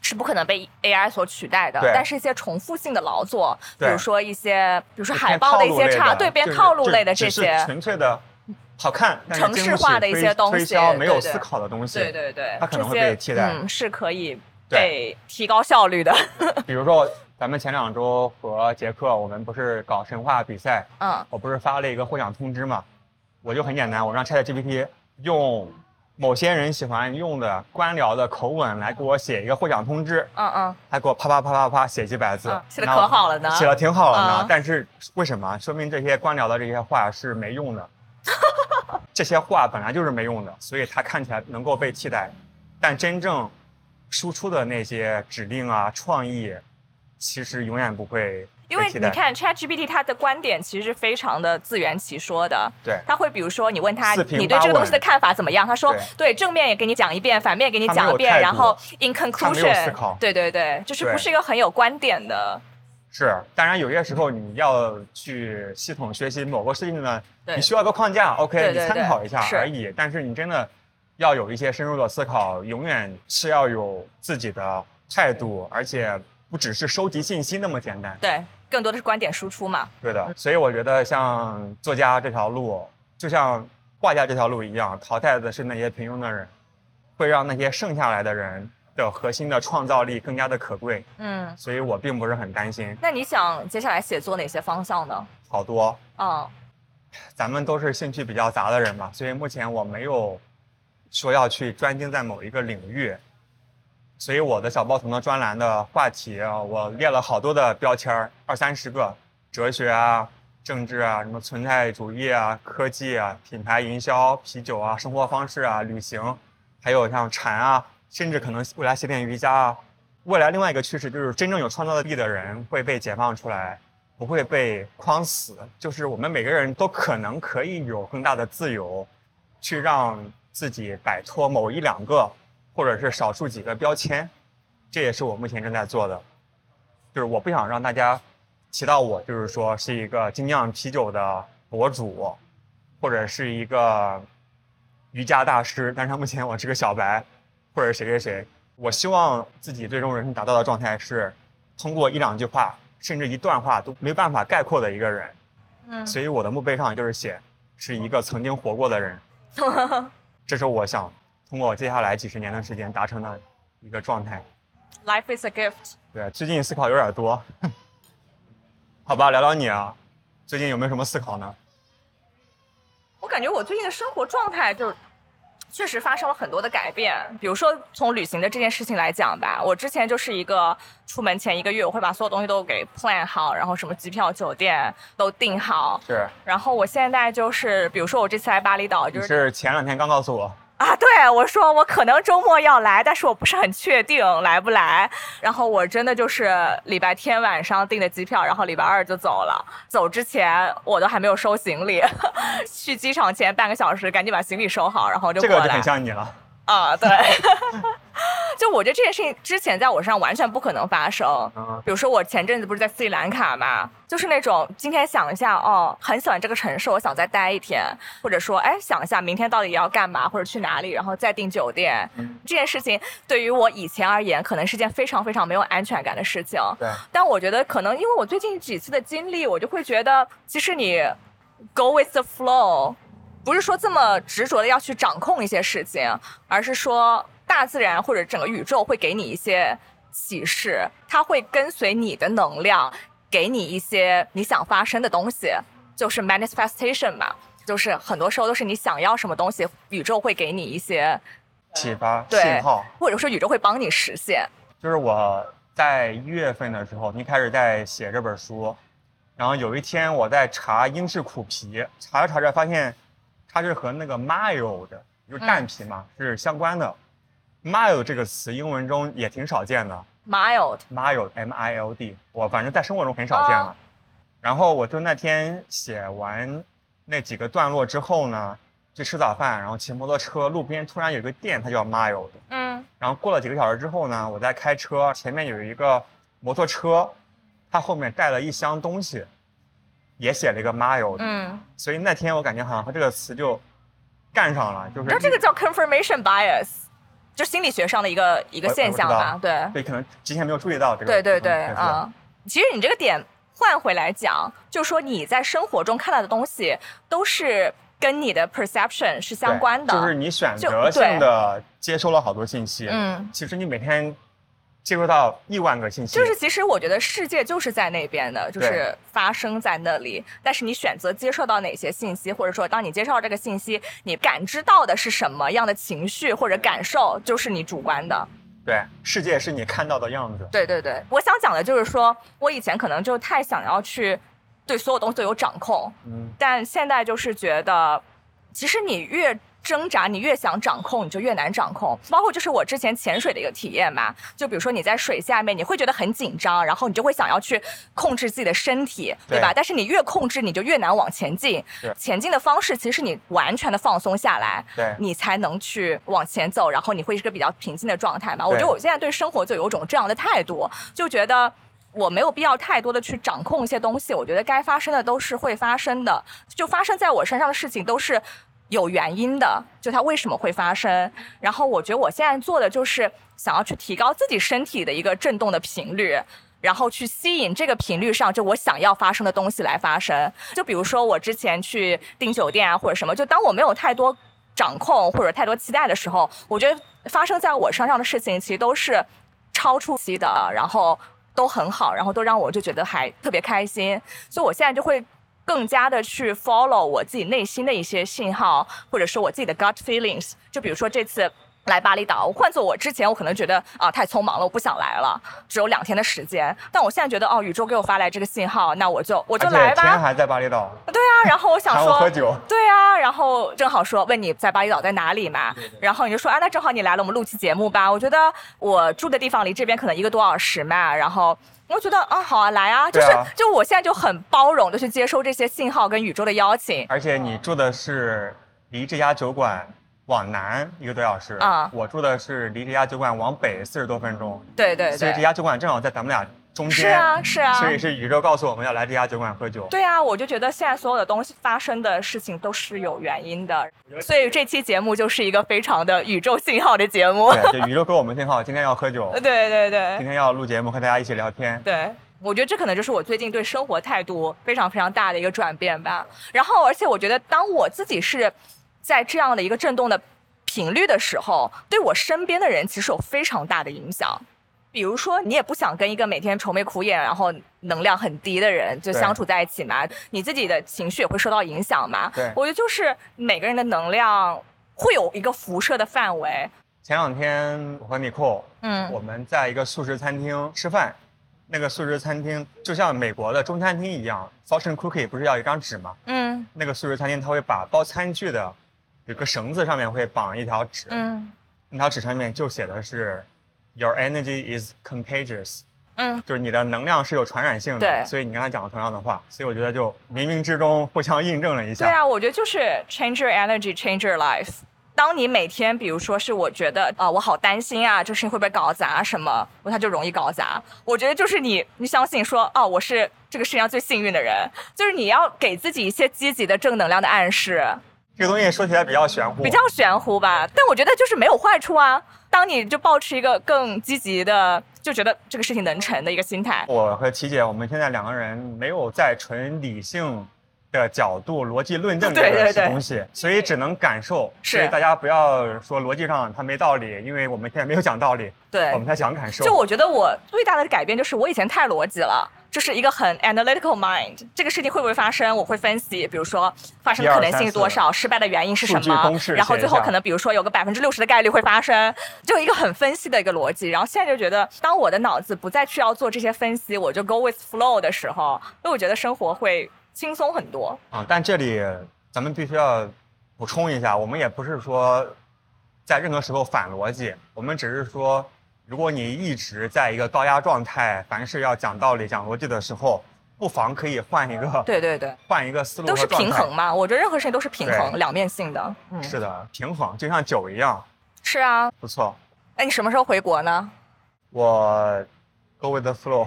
是不可能被 AI 所取代的对，但是一些重复性的劳作，比对如说一些，比如说就海偏报套的一路些类插，的对，变就是套路类的只这是些，纯粹的好看，但是城经市不起化的一推些东推西销没有对对思考的东西。对对对，它可能这会些被替代嗯，是可以对被提高效 率的，比如说，咱们前两周和杰克，我们不是搞神话比赛，嗯我不是发了一个获奖通知嘛？我就很简单，我让 ChatGPT 用某些人喜欢用的官僚的口吻来给我写一个获奖通知，嗯嗯还给我啪啪啪啪啪写几百字嗯，，写的那可好了呢，写的挺好的呢，嗯但是为什么？说明这些官僚的这些话是没用的，这些话本来就是没用的，所以它看起来能够被替代，但真正输出的那些指令啊、创意，其实永远不会因为被替你代。看 ChatGPT 它的观点其实是非常的自圆其说的，对他会比如说，你问他四平你对八这个东稳西的看法怎么样，他说对正面也给你讲一遍，反面也给你他没讲一有遍，态然度后 in 他没有 conclusion，思考对对对，就是不对是一个很有观点的，是，当然有些时候你要去系统学习某个事情呢，对你需要个框架，OK，对对你参考一下对是而已。但是你真的要有一些深入的思考，永远是要有自己的态度，而且不只是收集信息那么简单。对，更多的是观点输出嘛。对的，所以我觉得像作家这条路，就像画家这条路一样，淘汰的是那些平庸的人，会让那些剩下来的人的核心的创造力更加的可贵。嗯，所以我并不是很担心，那你想接下来写作哪些方向呢？好多嗯咱们都是兴趣比较杂的人嘛，所以目前我没有说要去专精在某一个领域，所以我的小报童的专栏的话题啊，我列了好多的标签儿，二三十个，哲学啊、政治啊、什么存在主义啊、科技啊、品牌营销、啤酒啊、生活方式啊、旅行，还有像禅啊，甚至可能未来写点瑜伽啊。未来另外一个趋势就是，真正有创造力的人会被解放出来，不会被框死，就是我们每个人都可能可以有更大的自由，去让自己摆脱某一两个或者是少数几个标签，这也是我目前正在做的，就是我不想让大家提到我，就是说是一个精酿啤酒的博主，或者是一个瑜伽大师，但是目前我是个小白，或者谁谁谁，我希望自己最终人生达到的状态是通过一两句话，甚至一段话都没办法概括的一个人。嗯，所以我的墓碑上就是写是一个曾经活过的人，这是我想通过我接下来几十年的时间达成的一个状态。 Life is a gift。对，最近思考有点多。 好吧，聊聊你啊，最近有没有什么思考呢？我感觉我最近的生活状态就确实发生了很多的改变。比如说，从旅行的这件事情来讲吧，我之前就是一个出门前一个月，我会把所有东西都给 plan 好，然后什么机票、酒店都订好。是，然后我现在就是，比如说我这次来巴厘岛，你就是是前两天刚告诉我，啊，对我说我可能周末要来，但是我不是很确定来不来。然后我真的就是礼拜天晚上订的机票，然后礼拜二就走了。走之前我都还没有收行李， 去机场前半个小时赶紧把行李收好，然后就这过个来。就很像你了。啊，对。 就我觉得这件事情之前在我身上完全不可能发生。嗯，比如说我前阵子不是在斯里兰卡嘛，就是那种今天想一下哦，很喜欢这个城市，我想再待一天，或者说哎想一下明天到底要干嘛或者去哪里，然后再订酒店。嗯这件事情对于我以前而言，可能是件非常非常没有安全感的事情。对，但我觉得可能因为我最近几次的经历，我就会觉得，其实你 go with the flow，不是说这么执着的要去掌控一些事情，而是说大自然或者整个宇宙会给你一些启示，它会跟随你的能量，给你一些你想发生的东西，就是 manifestation 嘛，就是很多时候都是你想要什么东西，宇宙会给你一些，启发对信号。或者说宇宙会帮你实现。就是我在一月份的时候，一开始在写这本书，然后有一天我在查英式苦皮，查着查着发现它是和那个 mild 就是淡皮嘛、是相关的。mild 这个词英文中也挺少见的 Mild， ，mild m i l d，我反正在生活中很少见了。哦然后我就那天写完那几个段落之后呢，去吃早饭，然后骑摩托车，路边突然有一个店，它叫 mild。嗯然后过了几个小时之后呢，我在开车，前面有一个摩托车，它后面带了一箱东西，也写了一个 mile，、嗯，所以那天我感觉好像和这个词就干上了，就是你知道这个叫 confirmation bias，就心理学上的一个一个我现象我知道吧？对，对，可能之前没有注意到这个，对对嗯对，确实啊、其实你这个点换回来讲，就说你在生活中看到的东西都是跟你的 perception 是相对关的，就是你选就择性对的接收了好多信息，嗯。其实你每天接收到亿万个信息，就是其实我觉得世界就是在那边的，就是对发生在那里。但是你选择接受到哪些信息，或者说当你接受到这个信息，你感知到的是什么样的情绪或者感受，就是你主观的。对，世界是你看到的样子，对对对，我想讲的就是说，我以前可能就太想要去对所有东西都有掌控，嗯，但现在就是觉得，其实你越挣扎，你越想掌控，你就越难掌控。包括就是我之前潜水的一个体验吧，就比如说你在水下面，你会觉得很紧张，然后你就会想要去控制自己的身体，对吧？对但是你越控制，你就越难往前进是。前进的方式其实是你完全的放松下来，对，你才能去往前走，然后你会是个比较平静的状态嘛。我觉得我现在对生活就有一种这样的态度，就觉得我没有必要太多的去掌控一些东西，我觉得该发生的都是会发生的，就发生在我身上的事情都是。有原因的，就它为什么会发生。然后我觉得我现在做的就是想要去提高自己身体的一个震动的频率，然后去吸引这个频率上就我想要发生的东西来发生。就比如说我之前去订酒店啊或者什么，就当我没有太多掌控或者太多期待的时候，我觉得发生在我身上的事情其实都是超出期的，然后都很好，然后都让我就觉得还特别开心。所以我现在就会。更加的去 follow 我自己内心的一些信号，或者说我自己的 gut feelings。就比如说这次来巴厘岛，换做我之前，我可能觉得啊太匆忙了，我不想来了，只有两天的时间。但我现在觉得哦，宇宙给我发来这个信号，那我就我就而且来天吧。还在巴厘岛，对啊，然后我想喊说我喝酒，对啊，然后正好说问你在巴厘岛在哪里嘛，然后你就说啊，那正好你来了，我们录期节目吧。我觉得我住的地方离这边可能一个多小时嘛，然后我觉得啊，好啊，来啊，就对是、啊就我现在就很包容的去接收这些信号跟宇宙的邀请。而且你住的是离这家酒馆往南一个多小时，啊我住的是离这家酒馆往北四十多分钟，对对所以这对，家酒馆正好在咱们俩中间，是啊是啊，所以是宇宙告诉我们要来这家酒馆喝酒。对啊，我就觉得现在所有的东西发生的事情都是有原因的，所以这期节目就是一个非常的宇宙信号的节目。对，就宇宙给我们信号，今天要喝酒 对，对对。今天要录节目，和大家一起聊天。对，我觉得这可能就是我最近对生活态度非常非常大的一个转变吧。然后，而且我觉得当我自己是在这样的一个震动的频率的时候，对我身边的人其实有非常大的影响。比如说，你也不想跟一个每天愁眉苦脸，然后能量很低的人就对相处在一起嘛，你自己的情绪也会受到影响嘛。对我觉得就是每个人的能量会有一个辐射的范围。前两天我和你寇，嗯我们在一个素食餐厅吃饭，那个素食餐厅就像美国的中餐厅一样，fortune cookie 不是要一张纸吗？嗯那个素食餐厅它会把包餐具的有个绳子上面会绑一条纸，嗯那条纸上面就写的是 “Your energy is contagious”，嗯，就是你的能量是有传染性对的。所以你刚才讲了同样的话，所以我觉得就冥冥之中互相印证了一对下。啊，我觉得就是 change your energy, change your life。当你每天，比如说是我觉得啊、呃我好担心啊，这事情会不会搞砸什么，我他就容易搞砸。我觉得就是你，你相信说啊、我是这个世界上最幸运的人，就是你要给自己一些积极的正能量的暗示。这个东西说起来比较玄乎，比较玄乎吧，但我觉得就是没有坏处啊。当你就保持一个更积极的，就觉得这个事情能成的一个心态，我和琪姐，我们现在两个人没有在纯理性的角度、逻辑论证这对对个对东西，所以只能感受。是所以大家不要说逻辑上它没道理，因为我们现在没有讲道理，对我，们在讲感受。就我觉得我最大的改变就是我以前太逻辑了，就是一个很 analytical mind，这个事情会不会发生，我会分析，比如说发生的一二可能性是多少，失败的原因是什数据么公式，然后写一最后下可能比如说有个百分之六十的概率会发生，就一个很分析的一个逻辑。然后现在就觉得，当我的脑子不再需要做这些分析，我就 go with flow 的时候，因为我觉得生活会轻松很多。啊，但这里咱们必须要补充一下，我们也不是说在任何时候反逻辑，我们只是说，如果你一直在一个高压状态，凡事要讲道理、讲逻辑的时候，不妨可以换一个，对对对，换一个思路都和是状态。平衡嘛。我觉得任何事情都是平衡，对两面性的。嗯，是的，平衡就像酒一样，是啊。不错。哎，你什么时候回国呢？我 go with the flow，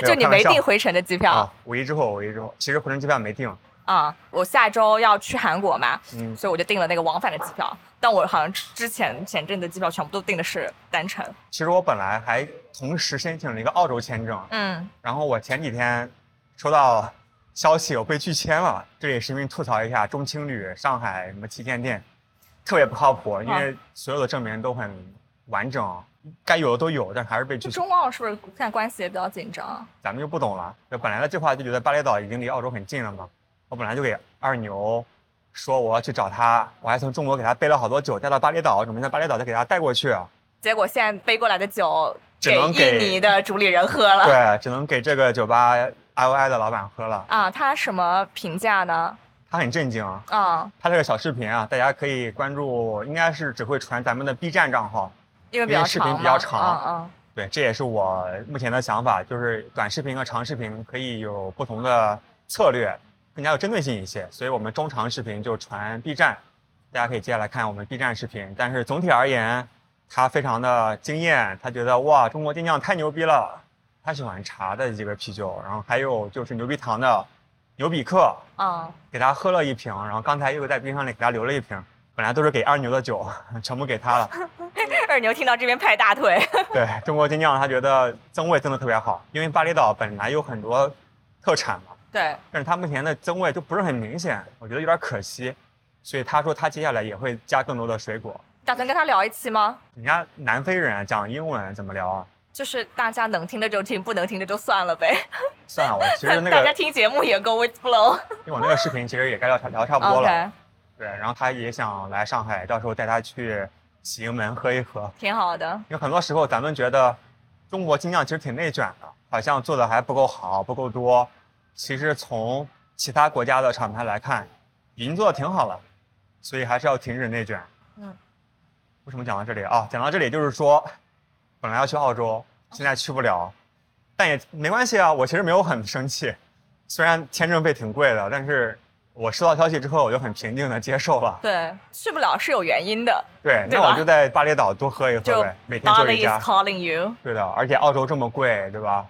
就你没订定回程的机票啊？五一之后，五一之后，其实回程机票没定。啊、我下周要去韩国嘛，嗯，所以我就订了那个往返的机票。但我好像之前前阵的机票全部都订的是单程。其实我本来还同时申请了一个澳洲签证，嗯，然后我前几天收到消息我被拒签了，这也是因为吐槽一下中青旅上海什么旗舰店特别不靠谱，因啊为所有的证明都很完整，该有的都有，但还是被拒就签。中澳是不是现在关系也比较紧张啊？咱们就不懂了，就本来的计划就觉得巴厘岛已经离澳洲很近了嘛，我本来就给二牛说我要去找他，我还从中国给他备了好多酒带到巴厘岛，准备在巴厘岛再给他带过去。啊结果现在飞过来的酒只能印给尼的主理人喝了。对，只能给这个酒吧 I O I 的老板喝了，啊，他什么评价呢？他很震惊。啊，他这个小视频啊，大家可以关注，应该是只会传咱们的 B 站账号。因为比因为较视长频嘛，比较长嗯嗯，对，这也是我目前的想法，就是短视频和长视频可以有不同的策略，更加有针对性一些。所以我们中长视频就传 B 站，大家可以接下来看我们 B 站视频。但是总体而言，他非常的惊艳，他觉得哇，中国精酿太牛逼了。他喜欢茶的这个啤酒，然后还有就是牛逼糖的牛比克，嗯给他喝了一瓶，然后刚才又在冰箱里给他留了一瓶，本来都是给二牛的酒， 全部给他了。二牛听到这边拍大腿，对中国精酿，他觉得增味增的特别好，因为巴厘岛本来有很多特产嘛，对，但是它目前的增味就不是很明显，我觉得有点可惜。所以他说他接下来也会加更多的水果。打算跟他聊一期吗？人家南非人啊讲英文怎么聊啊？就是大家能听的就听，不能听的就算了呗。算了，我其实那 大家个，听节目也 go with flow。因为我那个视频其实也该聊差聊差不多了。 OK，对，然后他也想来上海，到时候带他去喜盈门喝一喝。挺好的。因为很多时候咱们觉得中国精酿其实挺内卷的，好像做的还不够好，不够多。其实从其他国家的厂牌来看，已经做的挺好了，所以还是要停止内卷。嗯，为什么讲到这里啊？讲到这里就是说，本来要去澳洲，现在去不了，但也没关系啊。我其实没有很生气，虽然签证费挺贵的，但是我收到消息之后，我就很平静的接受了。对，去不了是有原因的。对，对那吧我就在巴厘岛多喝一喝就呗，每天做 Bali 瑜伽 is。calling you。对的，而且澳洲这么贵，对吧？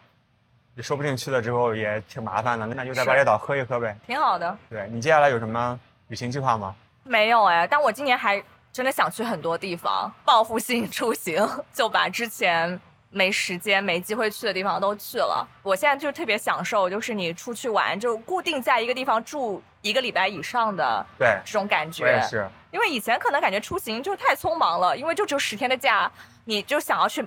你说不定去了之后也挺麻烦的，那就在是巴厘岛喝一喝呗。挺好的。对你接下来有什么旅行计划吗？没有哎，但我今年还真的想去很多地方，报复性出行，就把之前没时间、没机会去的地方都去了。我现在就是特别享受，就是你出去玩，就固定在一个地方住一个礼拜以上的对，这种感觉。我也是。因为以前可能感觉出行就太匆忙了，因为就只有十天的假，你就想要去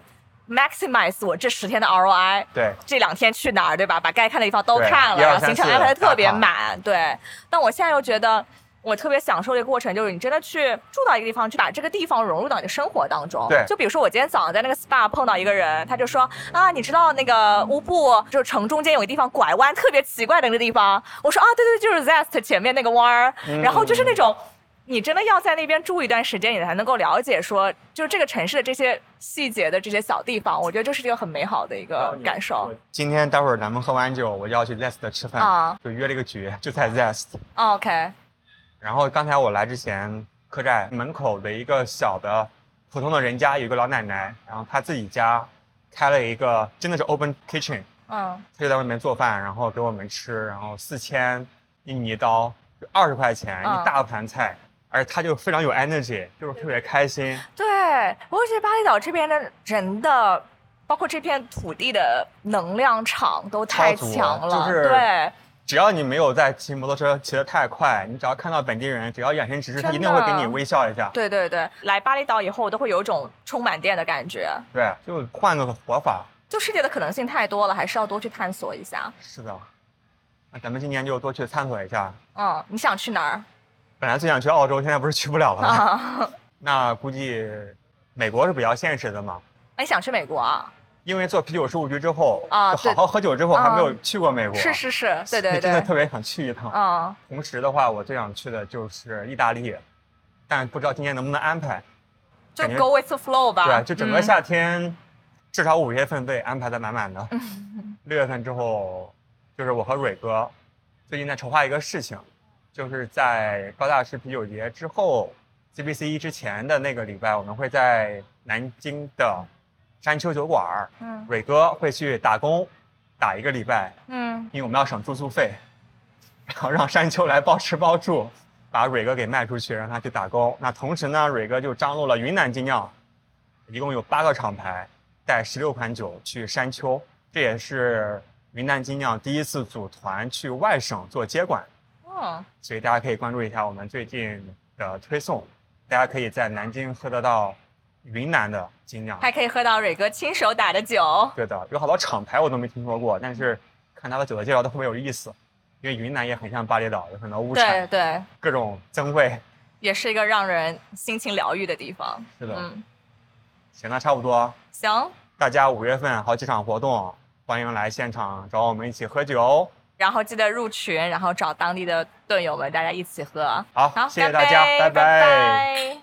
maximize 我这十天的 ROI。对，这两天去哪儿，对吧？把该看的地方都对看了，一二然后三行程四安排的特别打卡满，对。但我现在又觉得，我特别享受这个过程，就是你真的去住到一个地方，去把这个地方融入到你的生活当中。对就比如说我今天早上在那个 SPA 碰到一个人，他就说啊，你知道那个乌布就是城中间有个地方拐弯特别奇怪的那个地方，我说啊，对对，就是 Zest 前面那个弯儿，嗯然后就是那种。你真的要在那边住一段时间，你才能够了解说，就是这个城市的这些细节的这些小地方，我觉得这是一个很美好的一个感受。今天待会儿咱们喝完酒，我就要去 Zest 吃饭，啊就约了一个局，就在 Zest。 OK，然后刚才我来之前，客栈门口的一个小的普通的人家，有一个老奶奶，然后她自己家开了一个真的是 open kitchen，嗯，她就在外面做饭，然后给我们吃，然后四千印尼刀，就二十块钱嗯一大盘菜，而且她就非常有 energy，就是特别开心。对，我会觉得巴厘岛这边的人的，包括这片土地的能量场都太超足啊强了，就是对，只要你没有在骑摩托车骑得太快，你只要看到本地人，只要眼神直视，他一真定会给的你微笑一下。对对对，来巴厘岛以后，我都会有一种充满电的感觉。对，就换个活法。就世界的可能性太多了，还是要多去探索一下。是的，那咱们今年就多去探索一下。嗯，你想去哪儿本来最想去澳洲，现在不是去不了了吗？啊？ 那估计美国是比较现实的嘛，你想去美国啊？因为做啤酒事务局之后，啊就好好喝酒之后还没有嗯去过美国，是是是，对对真的对，特别想去一趟。嗯，同时的话，我最想去的就是意大利，但不知道今年能不能安排。就感觉 go with the flow 吧。对，就整个嗯夏天，至少五月份被安排的满满的。嗯六月份之后，就是我和蕊哥最近在筹划一个事情，就是在高大师啤酒节之后，GBC 一之前的那个礼拜，我们会在南京的山丘酒馆儿，嗯蕊哥会去打工打一个礼拜，嗯，因为我们要省住宿费， 然后让山丘来包吃包住， 把蕊哥给卖出去，让他去打工。那同时呢，蕊哥就张罗了云南精酿，一共有八个厂牌，带十六款酒去山丘，这也是云南精酿第一次组团去外省做接管，哦，所以大家可以关注一下我们最近的推送，大家可以在南京喝得到云南的精酿。还可以喝到蕊哥亲手打的酒。对的，有好多厂牌我都没听说过，但嗯是看他的酒的介绍都特别有意思，因为云南也很像巴厘岛，有很多物对产，对，各种增味。也是一个让人心情疗愈的地方。是啊的，嗯，行，那差不多，行。大家五月份好几场活动，欢迎来现场找我们一起喝酒。然后记得入群，然后找当地的队友们，大家一起喝。好，好，谢谢干大家，杯拜拜拜